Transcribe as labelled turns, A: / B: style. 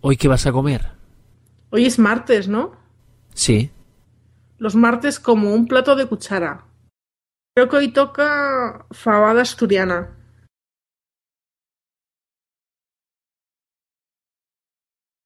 A: ¿Hoy qué vas a comer?
B: Hoy es martes, ¿no?
A: Sí.
B: Los martes como un plato de cuchara. Creo que hoy toca fabada asturiana.